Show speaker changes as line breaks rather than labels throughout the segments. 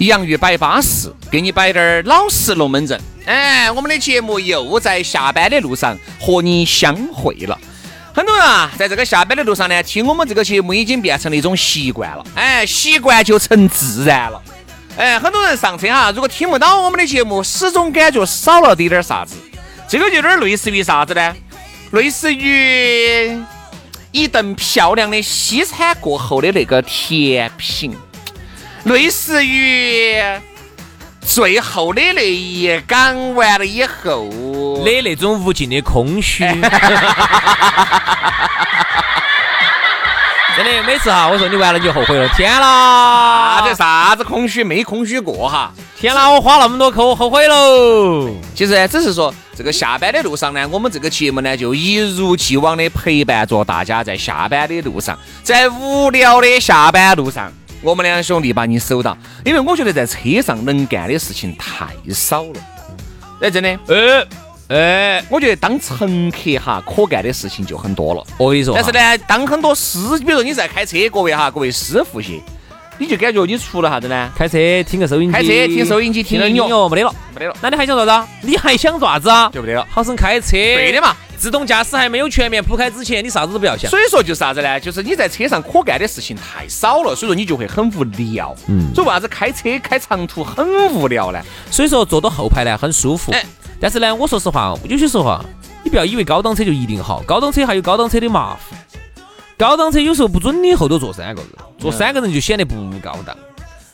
洋芋摆巴适，给你摆点儿老实龙门阵。哎，我们的节目又在下班的路上和你相会了。很多人啊，在这个下班的路上呢，听我们这个节目已经变成了一种习惯了。哎，习惯就成自然了。哎，很多人上车哈，如果听不到我们的节目，始终感觉少了滴点儿啥子。这个就有点类似于啥子呢？类似于一顿漂亮的西餐过后的那个甜品。类似于最后的那一缸完了以后，
的哎那种无尽的空 虚。真的，每次哈，我说你完了你就后悔了，天
啊，
啦，
这啥子空虚没空虚过哈。
天啦，我花那么多口，我后悔喽。
其实呢，只是说这个下班的路上呢，我们这个节目呢就一如既往的陪伴着大家在下班的路上，在无聊的下班路上，我们两兄弟把你守到，因为我觉得在车上能干的事情太少了。哎，真的，
呃，哎，
我觉得当乘客哈，可干的事情就很多了。
我跟你说哈，
但是呢，当很多司，比如说你在开车，各位哈，各位师傅些，你就感觉你除了啥子呢？
开车听个收音机，
开车听收音机听
听
音
音
乐
乐，没得了。
没得了，
那你还想做啥子啊？你还想做啥子啊？
就没得了。
好生开车，
对
对
的嘛。
自动驾驶还没有全面铺开之前，你啥子都不要想。
所以说就是啥子呢？就是你在车上可干的事情太少了，所以说你就会很无聊。嗯。所以为啥子开车开长途很无聊呢？
所以说坐到后排呢很舒服
哎。
但是呢，我说实话，有些时候啊，你不要以为高档车就一定好，高档车还有高档车的麻烦。高档车有时候不准你后头坐三个人，坐三个人就显得不高档。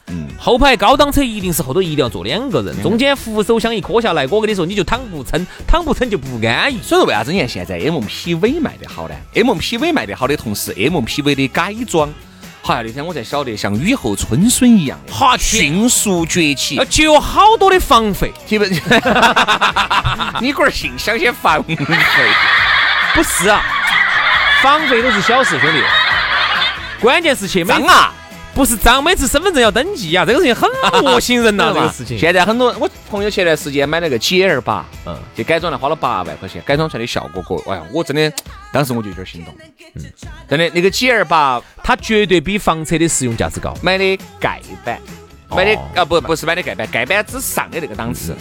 嗯。
后排高档车一定是后头一定要坐两个人，中间扶手箱一磕下来，我跟你说你就躺不撑，躺不撑就不安逸。
所以说为啥子你看现在 MPV 卖得好呢？MPV 卖得好的同时，MPV 的改装，好呀，那天我才晓得像雨后春笋一样的，
哈去，
迅速崛起
要。节约好多的房费。
基本， 你龟儿净想些房费。
不是啊，房费都是小事，兄弟。关键是去每
张啊！
不是脏，每次身份证要登记呀、啊这个事情很 恶心人呐、这个事情。
现在很多人，我朋友前段时间买了个 G L 八，
嗯
去改装了，花了八万块钱，改装出来的效果哥，哎呀，我真的当时我就有点心动，
嗯
真的那个 G L 八
它绝对比房车的实用价值高。
买的盖版。买的
哦嗯
啊不不是买的盖版，盖版之上的那个档次，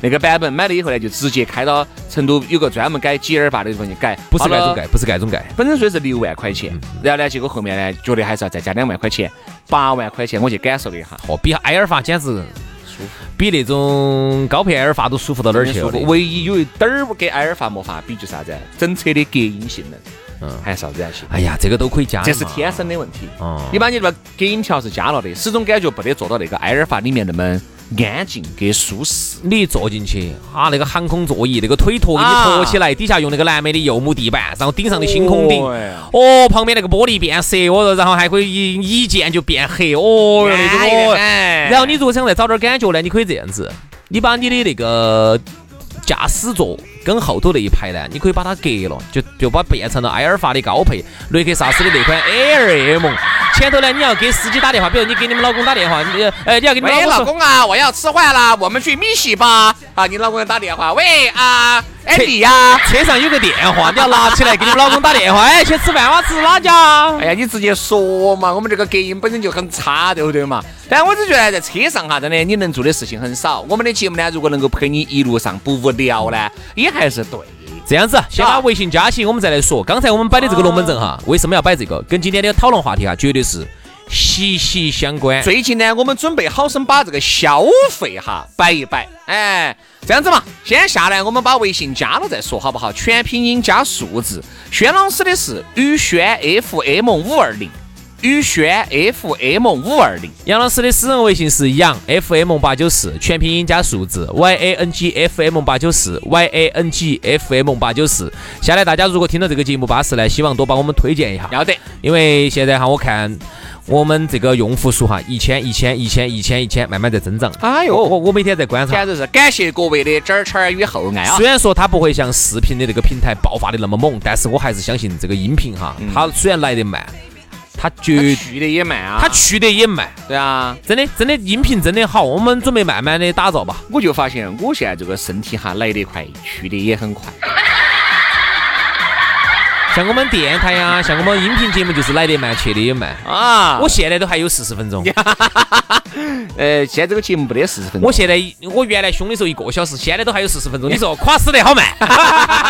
那个版本买了以后呢，就直接开到成都有个专门改 G L 八的地方去改，
不是盖中
改。
盖，不是盖中盖，
本身说是六万块
嗯
钱，然后呢，结果后面呢，觉得还是要再加两万块钱，八万块钱我去感受了一下，
哦，比埃尔法简直比那种高配埃尔法都舒服到哪儿去
舒
了
服
的。
唯一有一点儿跟埃尔法没法比，就是啥子？整车的隔音性能，嗯，还有啥子啊？性能
哎呀，这个都可以加的
这
嘛，
是天生的问题。
哦
你把你把隔音条是加了的，始终感觉不得坐到那个埃尔法里面那么安静跟舒适。
你一坐进去，啊，那个航空座椅，那个腿托给你
啊
托起来，底下用那个蓝莓的柚木地板，然后顶上的星空顶，
哦哎呀
哦，旁边那个玻璃变色，我说，然后还可以一一键就变黑，哦哟，那种哦，
哎
然后你如果想再找点感觉呢，你可以这样子，你把你的那个驾驶座跟后头那一排呢，你可以把它隔了，就就把变成了埃尔法的高配雷克萨斯的那款 Air M。前头呢，你要给司机打电话，比如你给你们老公打电话，你呃，你要给你们
喂，老
老公说，
公啊，我要吃坏了，我们去米西吧。啊，你老公打电话，喂啊，艾迪呀。
车上有个电话，你要拿起来给你们老公打电话，哎，去吃饭哇，吃哪家？
哎呀，你直接说嘛，我们这个隔音本身就很差，对不对嘛？但我只觉得在车上哈，真的你能做的事情很少。我们的节目呢，如果能够陪你一路上不无聊呢，也还是对。
这样子，先把微信加起，我们再来说。刚才我们摆的这个龙门阵哈，为什么要摆这个？跟今天的讨论话题啊，绝对是息息相关。
最近呢，我们准备好生把这个消费哈摆一摆。哎，这样子嘛，先下来我们把微信加了再说，好不好？全拼音加数字。轩老师的是宇轩 FM 五二零，宇轩 FM 五二零。
杨老师的私人微信是杨 FM 八九四，全拼音加数字 Y A N G F M 八九四 Y A N G F M 八九四。下来，大家如果听到这个节目巴适呢，希望多帮我们推荐一下。
要得，
因为现在哈，我看我们这个用户数哈，一千、一千、一千、一千、一千，慢慢在增长。
哎呦
我我我每天在观察
简。直是感谢各位的这儿圈儿与厚爱啊！
虽然说它不会像视频的这个平台爆发的那么猛，但是我还是相信这个音频哈，它虽然来得慢，它绝
去的也慢啊，
它去的也慢，
对啊。
真的真的音频真的好，我们准备慢慢的打造吧。
我就发现我现在这个身体哈来得快，去的也很快。
像我们电台呀、像我们音频节目就是来得慢，去的也慢。
啊
我现在都还有四十分钟，
呃，现在这个节目没得四十分钟，
我现在我原来凶的时候一个小时，现在都还有四十分钟。你说垮死得好慢，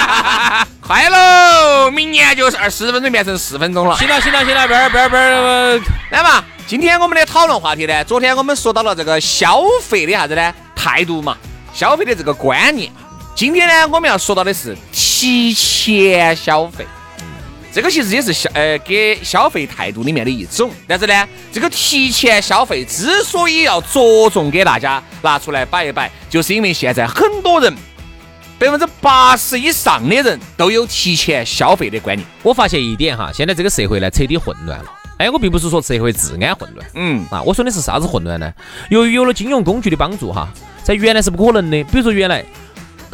快喽，明年就是二十分钟变成四分钟了。
行了行了行了，不儿不儿不儿，不儿
来嘛，今天我们的讨论话题呢，昨天我们说到了这个消费的啥子呢？态度嘛，消费的这个观念。今天呢，我们要说到的是提前消费，这个其实也是消呃给消费态度里面的一种。但是呢，这个提前消费之所以要着重给大家拿出来摆一摆，就是因为现在很多人。百分之八十以上的人都有提前消费的观念，
我发现一点哈，现在这个社会呢彻底混乱了。哎，我并不是说社会治安混乱，
嗯，
啊，我说的是啥子混乱呢？由于有了金融工具的帮助哈，在原来是不可能的。比如说原来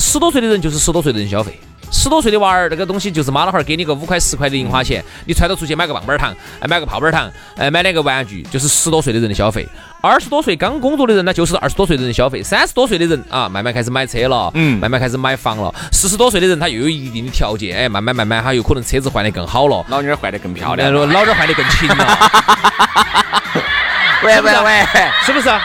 十多岁的人就是十多岁的人消费，十多岁的娃儿那个东西就是妈老汉儿给你个五块十块的零花钱，你揣到出去买个棒棒儿糖，哎买个泡泡儿糖，哎买两个玩具，就是十多岁的人的消费。二十多岁刚工作的人呢，就是二十多岁的人的消费。三十多岁的人啊，慢慢开始买车了，
嗯
慢慢开始买房了。四十多岁的人他又有一定的条件，哎，慢慢慢慢他有可能车子换得更好了，
老妞儿换得更漂亮
然。后老点换得更勤了。
喂喂喂，
是不是啊？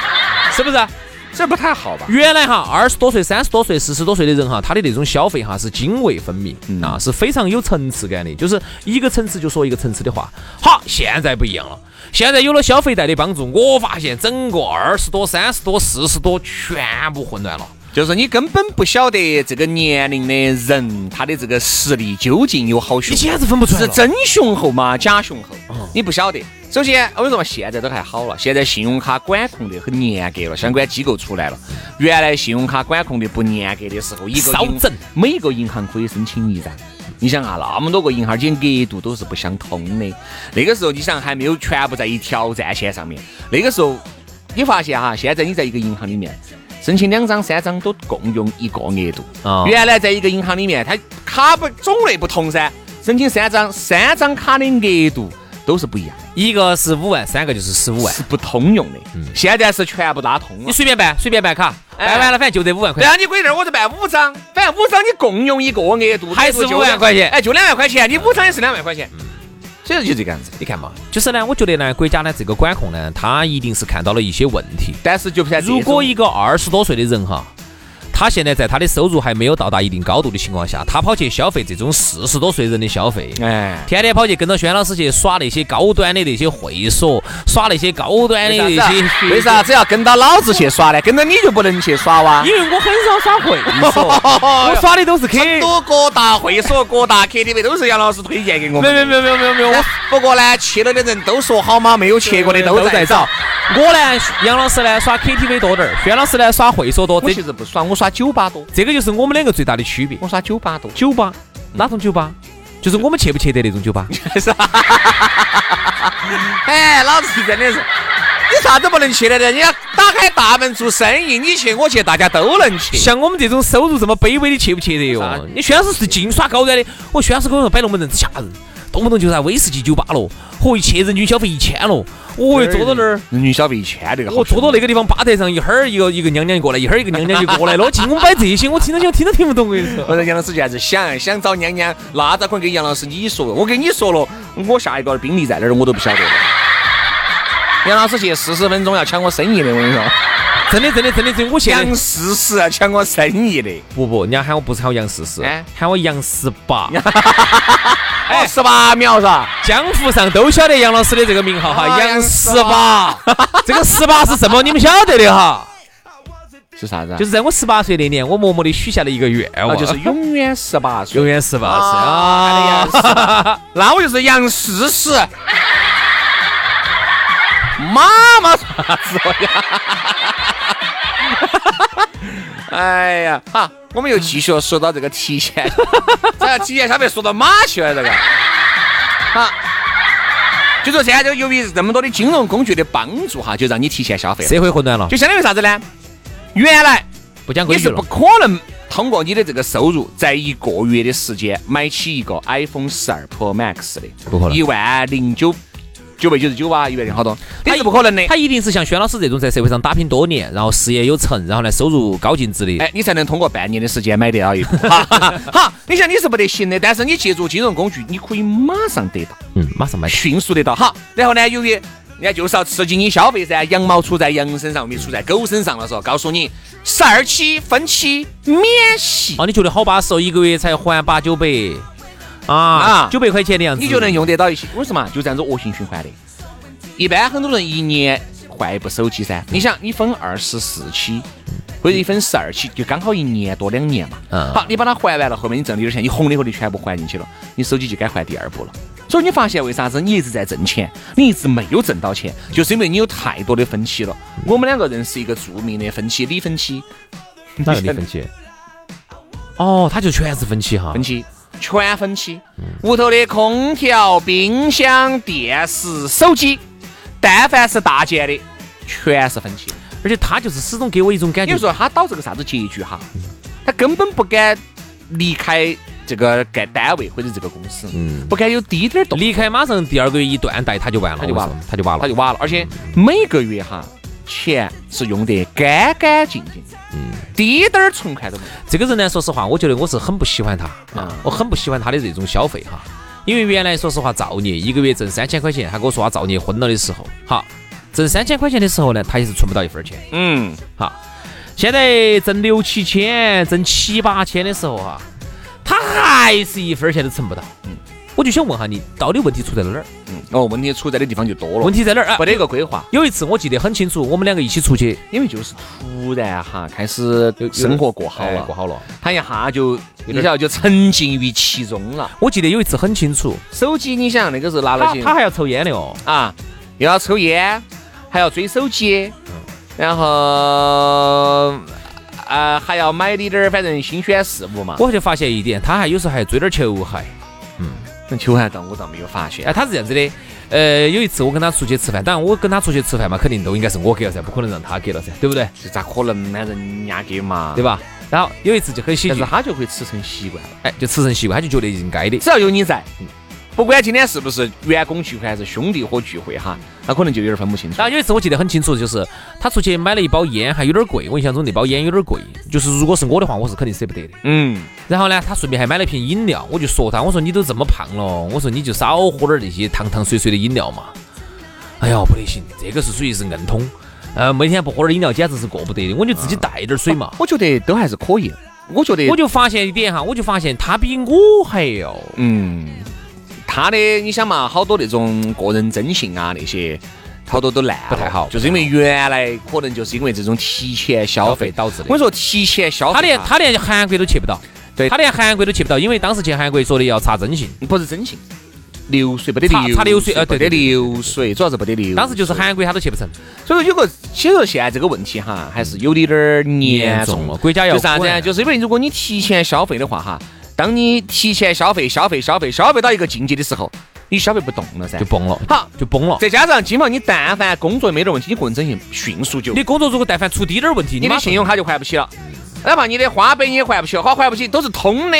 是不是啊？
这不太好吧？
原来哈，二十多岁、三十多岁、四十多岁的人哈，他的那种消费哈是泾渭分明、啊，是非常有层次感的，就是一个层次就说一个层次的话。好，现在不一样了，现在有了消费贷的帮助，我发现整个二十多、三十多、四十多全部混乱了。
就是你根本不晓得这个年龄的人他的这个实力究竟有好雄
你，简直分不出来
是
了。
真雄厚吗？假雄厚？你不晓得。首先，我跟你说嘛，现在都还好了，现在信用卡管控的很严格了，相关机构出来了。原来信用卡管控的不严格的时候，一个
少
银
整
每个银行可以申请一张。你想啊，那么多个银行间额度都是不相通的。那个时候，你想还没有全部在一条战线上面。那个时候，你发现哈、啊现在你在一个银行里面申请两张、三张都共用一个额度。
啊
原来在一个银行里面，它卡不种类不同噻，申请三张，三张卡的额度都是不一样的，
一个是五万，三个就是十五万
是。不通用的。现在是全部打通
嗯你
了。
随便办，随便办卡，
哎
办完了反正就这五万块
对。啊，你规定我就办五张，反正五张你共用一个额度，
还是
额度就
5万块钱
哎，就两万块钱，你五张也是两万块钱，嗯所以说就这个样子。
你看嘛，就是呢，我觉得呢，国家呢这个管控呢，他一定是看到了一些问题。
但是就不像这种
如果一个二十多岁的人哈，他现在在他的收入还没有到达一定高度的情况下，他跑去消费这种四十多岁人的消费。
哎，
天天跑去跟着轩老师去耍那些高端的那些会所，耍那些高端的
为
那
啥
些
子啊啊
学
为啥？只要跟到老子去耍呢？跟到你就不能去耍哇
因？为我很少耍会所，我耍的都是 K。
多各大会所、各大 KTV 都是杨老师推荐给我们的。
没有没有没有没有没有没有，我
不过呢，去了的人都说好嘛，没有去过的都在找。。
我呢，杨老师呢耍 KTV 多点儿，轩老师呢耍会所多，
我
这
其实不耍，我耍酒吧多，
这个就是我们两个最大的区别。
我耍酒吧多。
酒吧，哪种酒吧？就是我们去不去的那种酒吧。
哎，老子真的是，你啥子不能去的呢？人家打开大门做生意，你去我去，大家都能去。
像我们这种收入这么卑微的，去不去的
啥
哟？你轩老师是净耍高端的，我轩老师跟我说摆龙门阵吓人，动不动就啥威士忌酒吧咯，嚯，一去人均消费一千咯，哦哟，坐到那儿。哦
人均消费一千这个好
我坐到那个地方吧台上，一会儿一个一个娘娘过来，一会儿一个娘娘就过来 了。尽管摆这些，我听都听都听不懂。我跟你说
我说杨老师现在是想想找娘娘，那咋可能跟杨老师你说？我跟你说了，我下一个宾利在哪儿我都不晓得了。杨老师去四十分钟要抢我生意的，我跟你说。
真的真的真的真的，我现在
杨四十要抢我生意的，
不不，人家喊我不是喊我杨四十
哎，
喊我杨十 八。
哎，十八秒是吧？
江湖上都晓得杨老师的这个名号哈，
啊
杨
杨
十
十
八。 这个十八是什么？你们晓得的哈。
是啥子啊？
就是在我十八岁那年，我默默的许下了一个愿
啊，
望，
就是永远十八岁。
永远十八岁
啊
啊。
那我就是杨四十。妈妈啥子呀？ 哎呀，好，我们又继续说到这个提前，这个提前差别说到哪去了？这个，好，就说现在就由于这么多的金融工具的帮助哈，就让你提前消费了，
社会混乱了，
就相当于啥子呢？原来
不讲规
你
矩
是
了
不。可能通过你的这个收入，在一个月的时间买起一个 iPhone 十二 Pro Max 的，
不可能
一万零九九百九十九吧，一万零好多，这是不可能的。
他一定是像轩老师这种在社会上打拼多年，然后事业有成，然后呢收入高净值的。
哎，你才能通过半年的时间买得到一 部。哈哈哈好，你想你是不得行的，但是你借助金融工具，你可以马上得到，
嗯，马上买。
迅速得到。好，然后呢，由于人家就是要刺激你消费噻，羊毛出在羊身上，没出在狗身上了，说告诉你，十二期分期免息，
哦，你觉得好巴适哦，一个月才还八九百啊，
啊
九百块钱的样子，
你就能用得到一些。为什么？就这样子恶性循环的。一般很多人一年换一部手机噻，你想你分二十四期。或者你分十二期，就刚好一年多两年嘛。
嗯
好，你把它还完了，后面你挣的点钱，你红的后你全部还进去了，你手机就该换第二部了。所以你发现为啥子你一直在挣钱，你一直没有挣到钱，就是因为你有太多的分期了。我们两个人是一个著名的分期，李分期，
哪个的
哎
分期？哦，他就全是分期哈
分。期，全分期。屋头的空调、冰箱、电视、手机，但凡是大件的，全是分期。
而且他就是始终给我一种感
你
觉，
说他导致个啥子结局哈？他根本不敢离开这个干单位或者这个公司，
嗯
不敢有滴点儿动，
离开马上第二个月一断代他就完了，
他就完了
我跟你说他就完
他
了。嗯
就完了。而且每个月哈，钱是用得干干净净，
嗯
滴点儿存款都没有。
这个人呢，说实话，我觉得我是很不喜欢他啊
嗯，
我很不喜欢他的这种消费哈。因为原来说实话，造孽一个月挣三千块钱，他跟我说他造孽昏了的时候，哈，挣三千块钱的时候呢，他也是存不到一分钱。
嗯，
哈，现在挣六七千、挣七八千的时候哈、他还是一分钱都存不到。嗯，我就想问下你，到底问题出在哪儿？
嗯哦，问题出在的地方就多
问
了，
题在哪儿啊
没？得一个规划。
有一次我记得很清楚，我们两个一起出去，
因为就是突然哈，开始生活过好
哎
了，
过好了。
他一下就你晓得就沉浸于其中了。
我记得有一次很清楚，
手机，你想那个时候拿了
他
起
他还要抽烟的哦，
啊，又要抽烟，还要追手机，
嗯
然后啊还要买的点儿，反正新鲜事物嘛。
我就发现一点，他还有时候还追点儿球鞋。
我秋寒到我倒没有发现
哎，，他是这样子的，呃，有一次我跟他出去吃饭，当然我跟他出去吃饭嘛，肯定都应该是我给了噻，不可能让他给了噻，对不对？
这咋可能呢？人家给嘛，
对
吧？
吧？然后有一次就很喜
但是
剧，
他就会吃成习惯了，
哎，就吃成习惯，他就觉得应该的。
只要有你在。
嗯
不管今天是不是员工聚会还是兄弟伙聚会哈，他可能就有点分不清楚
然。后有一次我记得很清楚，就是他出去买了一包烟，还有点贵。我印象中那包烟有点贵，就是如果是我的话，我是肯定舍不得的。
嗯，
然后呢，他顺便还买了瓶饮料，我就说他，我说你都这么胖了，我说你就少喝点那些糖糖水水的饮料嘛。哎呀，不得行，这个是属于是硬通，呃，每天不喝点饮料简直是过不得的。我就自
啊
己带点水嘛。
我觉得都还是可以。我觉得，
我就发现一点哈，我就发现他比我还要
嗯，他的你想嘛，好多那种个人征信啊那些，好多都烂了，
不太好
就是因为原来可能就是因为这种提前消
消
费
费。导致
我跟
的
你。说，提前消费啊，
他连他连韩国都去不到，
对
他连韩国都去不到，因为当时去韩国说的要查征信。
不是征信，流水不得
查
流，
查流水呃对
不得
对对对
流水，主要是不得流水。
当时就是韩国他都去不成，
所以说有个，其实现在这个问题哈，还是有点儿严重
了，国家要
就啥子啊？
管
就是因为如果你提前消费的话，哈，当你提前消费、消费、消费、消费到一个境界的时候，你消费不动了噻
就。崩了，
好
就崩了。
再加上今后你但凡工作没得问题，你个人征信迅速就，
你工作如果但凡出滴点儿问题，
你
马
的
上
信用卡就还不起了，哪怕你的花呗你也还不起了，好还不起都是通的。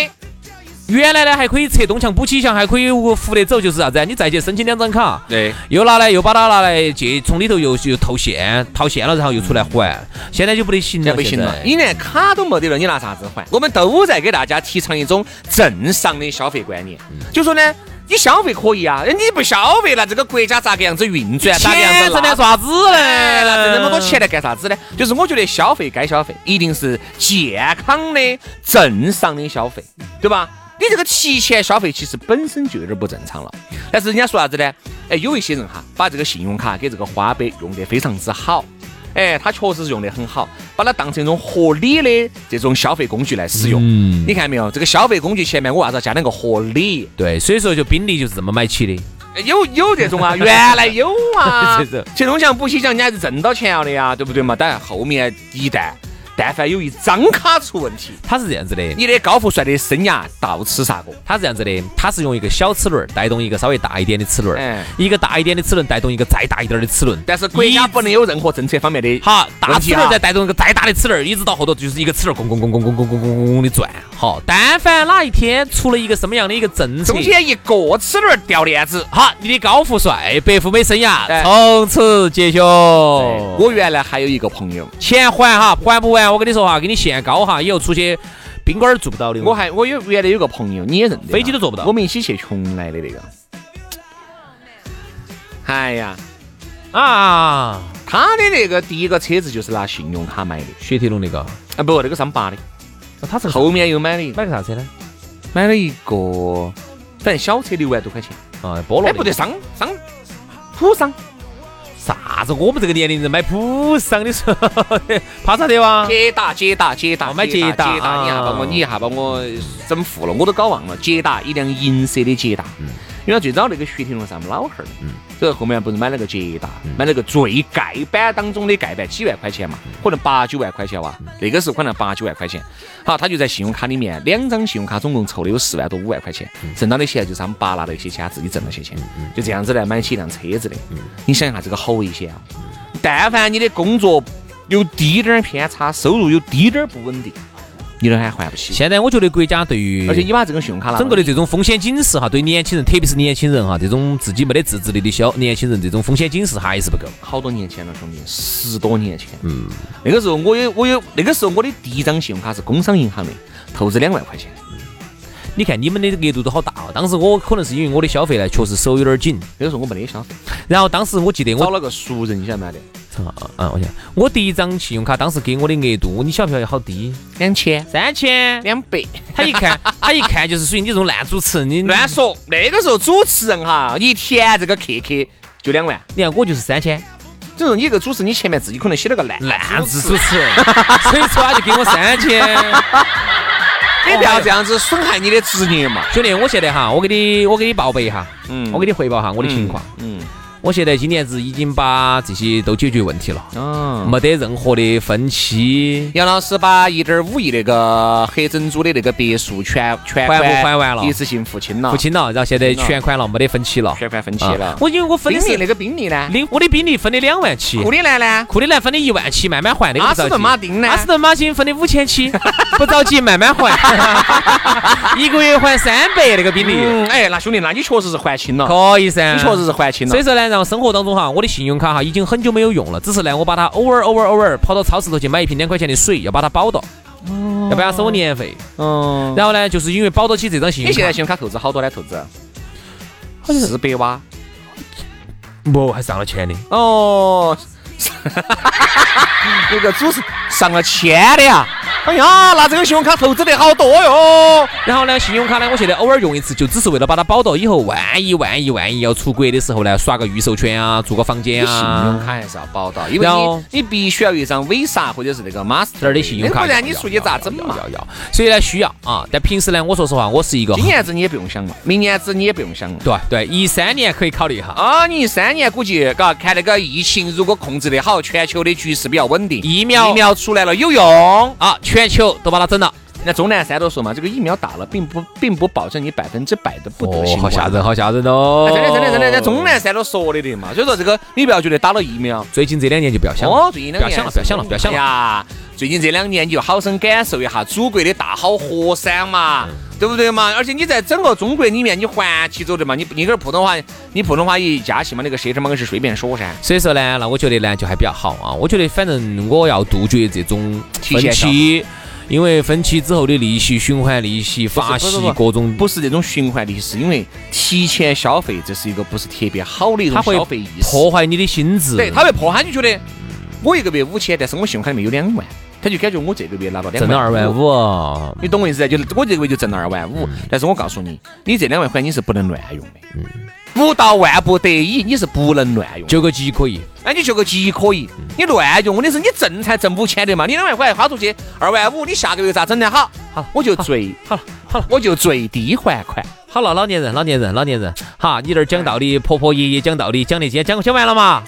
原来呢还可以拆东墙补西墙，还可以扶得走，就是啥子啊？你再去申请两张卡，
对，
又拿来又把它拿来借，从里头又又套现，套现了然后又出来还，现在就不得行
这
了，
不行了，
现在
你连卡都没得了，
嗯
你拿啥子还？我们都在给大家提倡一种正常的消费观念，就说呢，你消费可以啊，你不消费了，这个国家咋个样子运
啊
转？咋个样
钱
子
挣来
那
做啥子
哎，那挣
呢？
那么多钱来干啥子呢？就是我觉得消费该消费，一定是健康的、正常的消费，对吧？你这个提前消费其实本身就有点不正常了。但是人家说啥子呢？哎，有一些人哈，把这个信用卡给这个花呗用得非常之好。哎，他确实是用得很好，把它当成一种合理的这种消费工具来使用。
嗯
你看没有？这个消费工具前面我为啥子要加两个合理？
对，所以说就宾利就是这么买起的。
有有哎这种 啊，原来有啊
这种。
其实我想补习讲，人家是挣到钱了的呀，对不对嘛？当然后面一旦但凡有一张卡出问题，
他是这样子的，
你的高富帅的生涯到此杀过。
他是这样子的，他是用一个小齿轮带动一个稍微大一点的齿轮，
哎
一个大一点的齿轮带动一个再大一点的齿轮。
但是国家
一
不能有任何政策方面的
好，大
问题
齿
啊
轮再带动一个再大的齿轮，一直到后头就是一个齿轮拱拱拱拱拱拱拱拱拱拱的转。好，但凡哪一天出了一个什么样的一个政策
中，间一个齿轮掉链子。
好，你的高富帅白富美生涯
哎
从此结束。我
我原来还有一个朋友，
钱还哈，还不完我跟你说哈，给你限高哈，以后出去宾馆儿住不到的。
我还我有原来有个朋友，你也认得，
嗯
啊
飞机都坐不到
我们一起去邛崃的那个。哎呀，
啊，
他的那个第一个车子就是拿信用卡买的，
雪铁龙那个，
啊不，那个上哦八的。
他是
后面又买了一个，
买个啥车呢？
买了一个，反正小车六万多块钱，
啊，菠萝。
哎，不对，，商商普商
啥子？我们这个年龄人买普桑，你说 怕啥的哇？
捷达，捷达，捷达，
哦买捷达
捷达，你一下把我，
啊
你一下把我整糊了，我都搞忘了，捷达一辆银色的捷达，因为最早那个雪铁龙是他们老汉儿的，所以后面不是买了个捷达，买了个最盖板当中的盖板，几万块钱嘛，可能八九万块钱哇，那个时候可能八九万块钱，好，他就在信用卡里面，两张信用卡总共凑了有四万多五万块钱，剩到的钱就是他们爸拿的一些钱，他自己挣了些钱，就这样子来买起一辆车子的，你想一下这个好危险啊！但凡你的工作有低点儿偏差，收入有低点儿不稳定，你都还还不起。
现在我觉得国家对于
而且你把这个信用卡拿了
整个的这种风险警示哈，对年轻人，特别是年轻人哈，这种自己没得自制力的小年轻人，这种风险警示还是不够。
好多年前了，兄弟，十多年前。嗯，那个时候我有我有那个时候我的第一张信用卡是工商银行的，投资两万块钱。
你看你们的额度都好大哦，当时我可能是因为我的消费呢，确实手有点紧。
那个时候我没得消费，
然后当时我记得我
找了个熟人，你晓得没得？
操啊啊！我想我第一张信用卡当时给我的额度，你晓不晓得好低？
两千，
三千。
两百。
他一看，他一看就是属于你这种 烂主持人，你
乱。说，那个时候主持人哈，一天这个 KK 就两万，
你看我就是三千，
就是说你一个主持人，你前面自己可能写了个烂
烂子主持人， 所以说他就给我三千。
你不要这样子损害你的职业嘛。
兄弟，我现在哈，我给你，我给你报备一下，
嗯
我给你汇报哈我的情况。
嗯，
我现在今年子已经把这些都解决问题了，
哦，
没得任何的分歧。
杨老师把一点五亿那个黑珍珠的那个别墅全全
还
款
不还完了
一次性付清了，
付清了，然后现在全款了，没得分期了。
全款嗯分期
啊
了。
我因为我分
宾
的
利
是
那个宾利呢？
零，我的宾利分的两万七，
库里南呢？
库里南分的一万七，慢慢还那个
阿
不
斯
着急。
顿马丁呢？
阿斯顿马丁分的五千七， 不着急，慢慢 还，一个月还三百那个宾利，
嗯，哎，那兄弟，那你确实是还清了，
可以噻。
你确实是还清了
所以。说呢，然后生活当中哈，我的信用卡哈已经很久没有用了，只是呢，我把它偶尔偶尔偶尔跑到超市头去买一瓶两块钱的水，要把它保到，要不然收我年费。
嗯，
然后呢，就是因为保到起这张信
你
用
现在
卡，
信用卡投资好多呢？投资四百哇！
不还上了千的，
哦， 那个主持上了千的呀！哎呀，那这个信用卡投资得好多哟。
然后呢，信用卡呢，我现在偶尔用一次，就只是为了把它保到以后，万一万一万一要出国的时候呢，刷个预授权啊，住个房间
你信用
啊。
卡还是要保到，因为
然后
你你必须要有一张 Visa 或者是那个 Master
这儿的信用卡
哎不
要，
然你出去咋
要
整嘛
要？要要，所以呢需要啊。但平时呢，我说实话，我是一个
今年子你也不用想了，明年子你也不用想了。
对对，一三年可以考虑一下。
啊，你三年估计，嘎，看那个疫情如果控制得好，全球的局势比较稳定，
疫苗
疫苗出来了有用。
啊，全球都把它整了。
那钟南山都说嘛，这个疫苗打了，并不并不保证你百分之百的不得
哦
新，
好
冠。
吓人，好吓人哦！
哎！真的真的真的，人家钟南山都说的的嘛，所以说这个你不要觉得打了疫苗，
最近这两年就不要想了，
哦，最近两
不
年
要想了，不要想了，不要想
哎
了。
呀，最近这两年你就好生感受一下祖国的大好河山嘛，
嗯
对不对嘛？而且你在整个中国里面，你环起走的嘛，你你跟普通话，你普通话一加起嘛，那个舌头嘛，硬是随便说噻。
所以说呢，那我觉得呢就还比较好啊。我觉得反正我要杜绝这种
提
分
前消
期，因为分期之后的利息、循环利息、罚
不是
息
不是
各种，
不是这种循环利息，是因为提前消费，这是一个不是特别好的一种
它会
消费意识。
破嗯坏你的心智。
对，他会破，他就觉得我一个月五千，但是我信用卡里面有两万，他就感觉我这个月拿到两
挣了二万
五。
五，
你懂我意思噻？就是我这个月就挣了二万
嗯
五，但是我告诉你，你这两万块你是不能乱用的，不到万不得已你是不能乱用的。
就嗯个几可以。
哎，你就个急可以，你乱用的是你挣才挣五千的嘛，你两万块花出去二万五，你下个月咋整呢？好，好，我就最
好了好了
我就最低还款。
好了，老年人，老年人，老年人，哈，你这儿讲道理，婆婆爷爷讲道理，讲的今天讲讲完了嘛？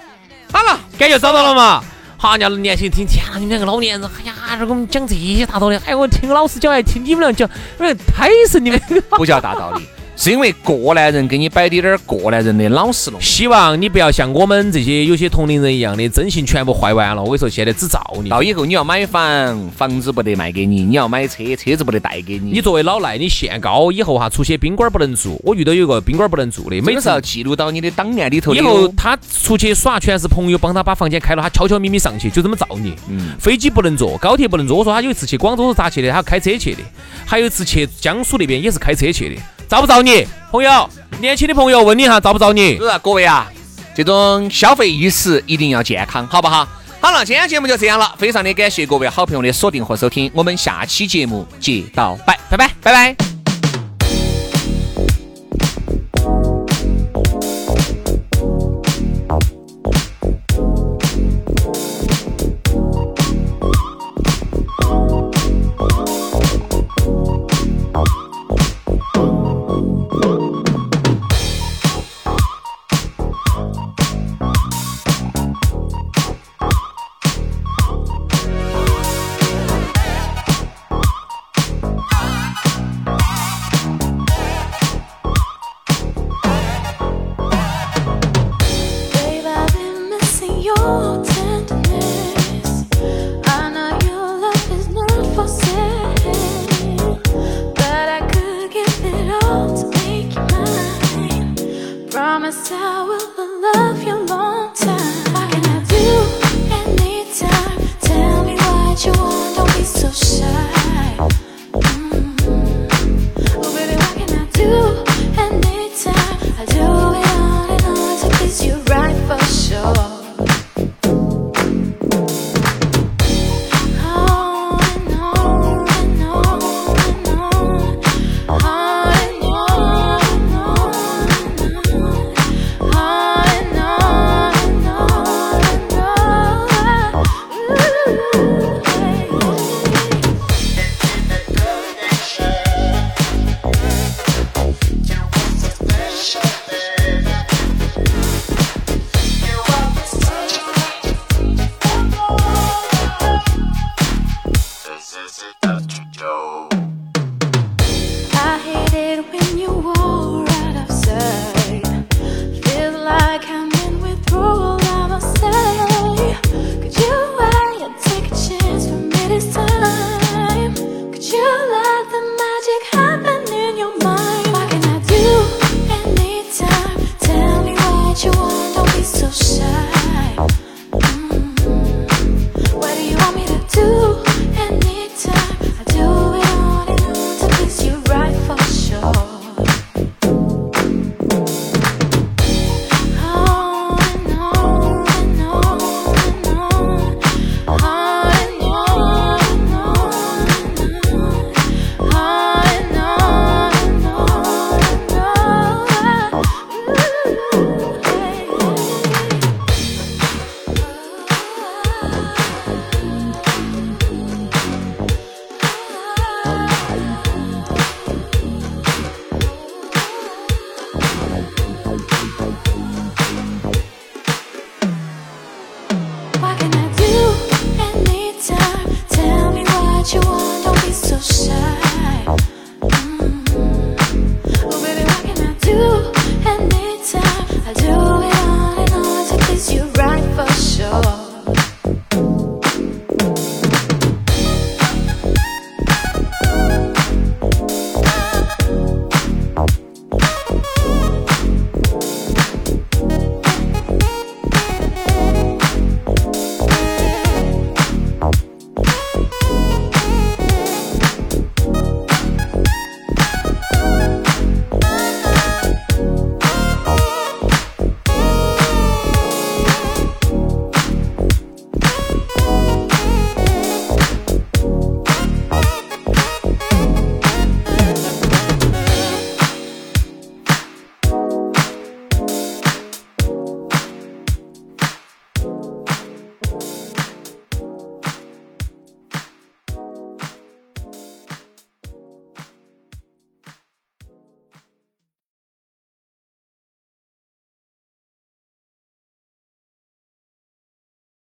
好了，
感觉找到了嘛？好，人家年轻人听，天啊，你们两个老年人，哎呀，这给我们讲这些大道理，哎，我听老师讲，还听你们俩讲，我太神你们。
不叫大道理，是因为过来人给你摆的点儿过来人的老实 弄。
希望你不要像我们这些有些同龄人一样的，真心全部坏完了。我跟你说，现在只造你。
到以后你要买房，房子不得卖给你；你要买车，车子不得带给你。
你作为老赖，你限高以后哈，出去宾馆不能住。我遇到有个宾馆不能住的，每
每次要
次
记录到你的档案里头的
以
哟。
后他出去耍，全是朋友帮他把房间开了，他悄悄咪咪上去，就这么造孽。
嗯，
飞机不能坐，高铁不能坐。我说他有一次去广州是咋去的？他开车去的。还有一次去江苏那边也是开车去的，造不造孽？朋友，年轻的朋友问你一下，造不造孽
是？不是啊各位啊，这种消费意识一定要健康，好不好？好了，今天节目就这样了，非常的感谢各位好朋友的锁定和收听，我们下期节目接到拜，拜拜，拜拜。
Babe, I've been missing you. Mm-hmm.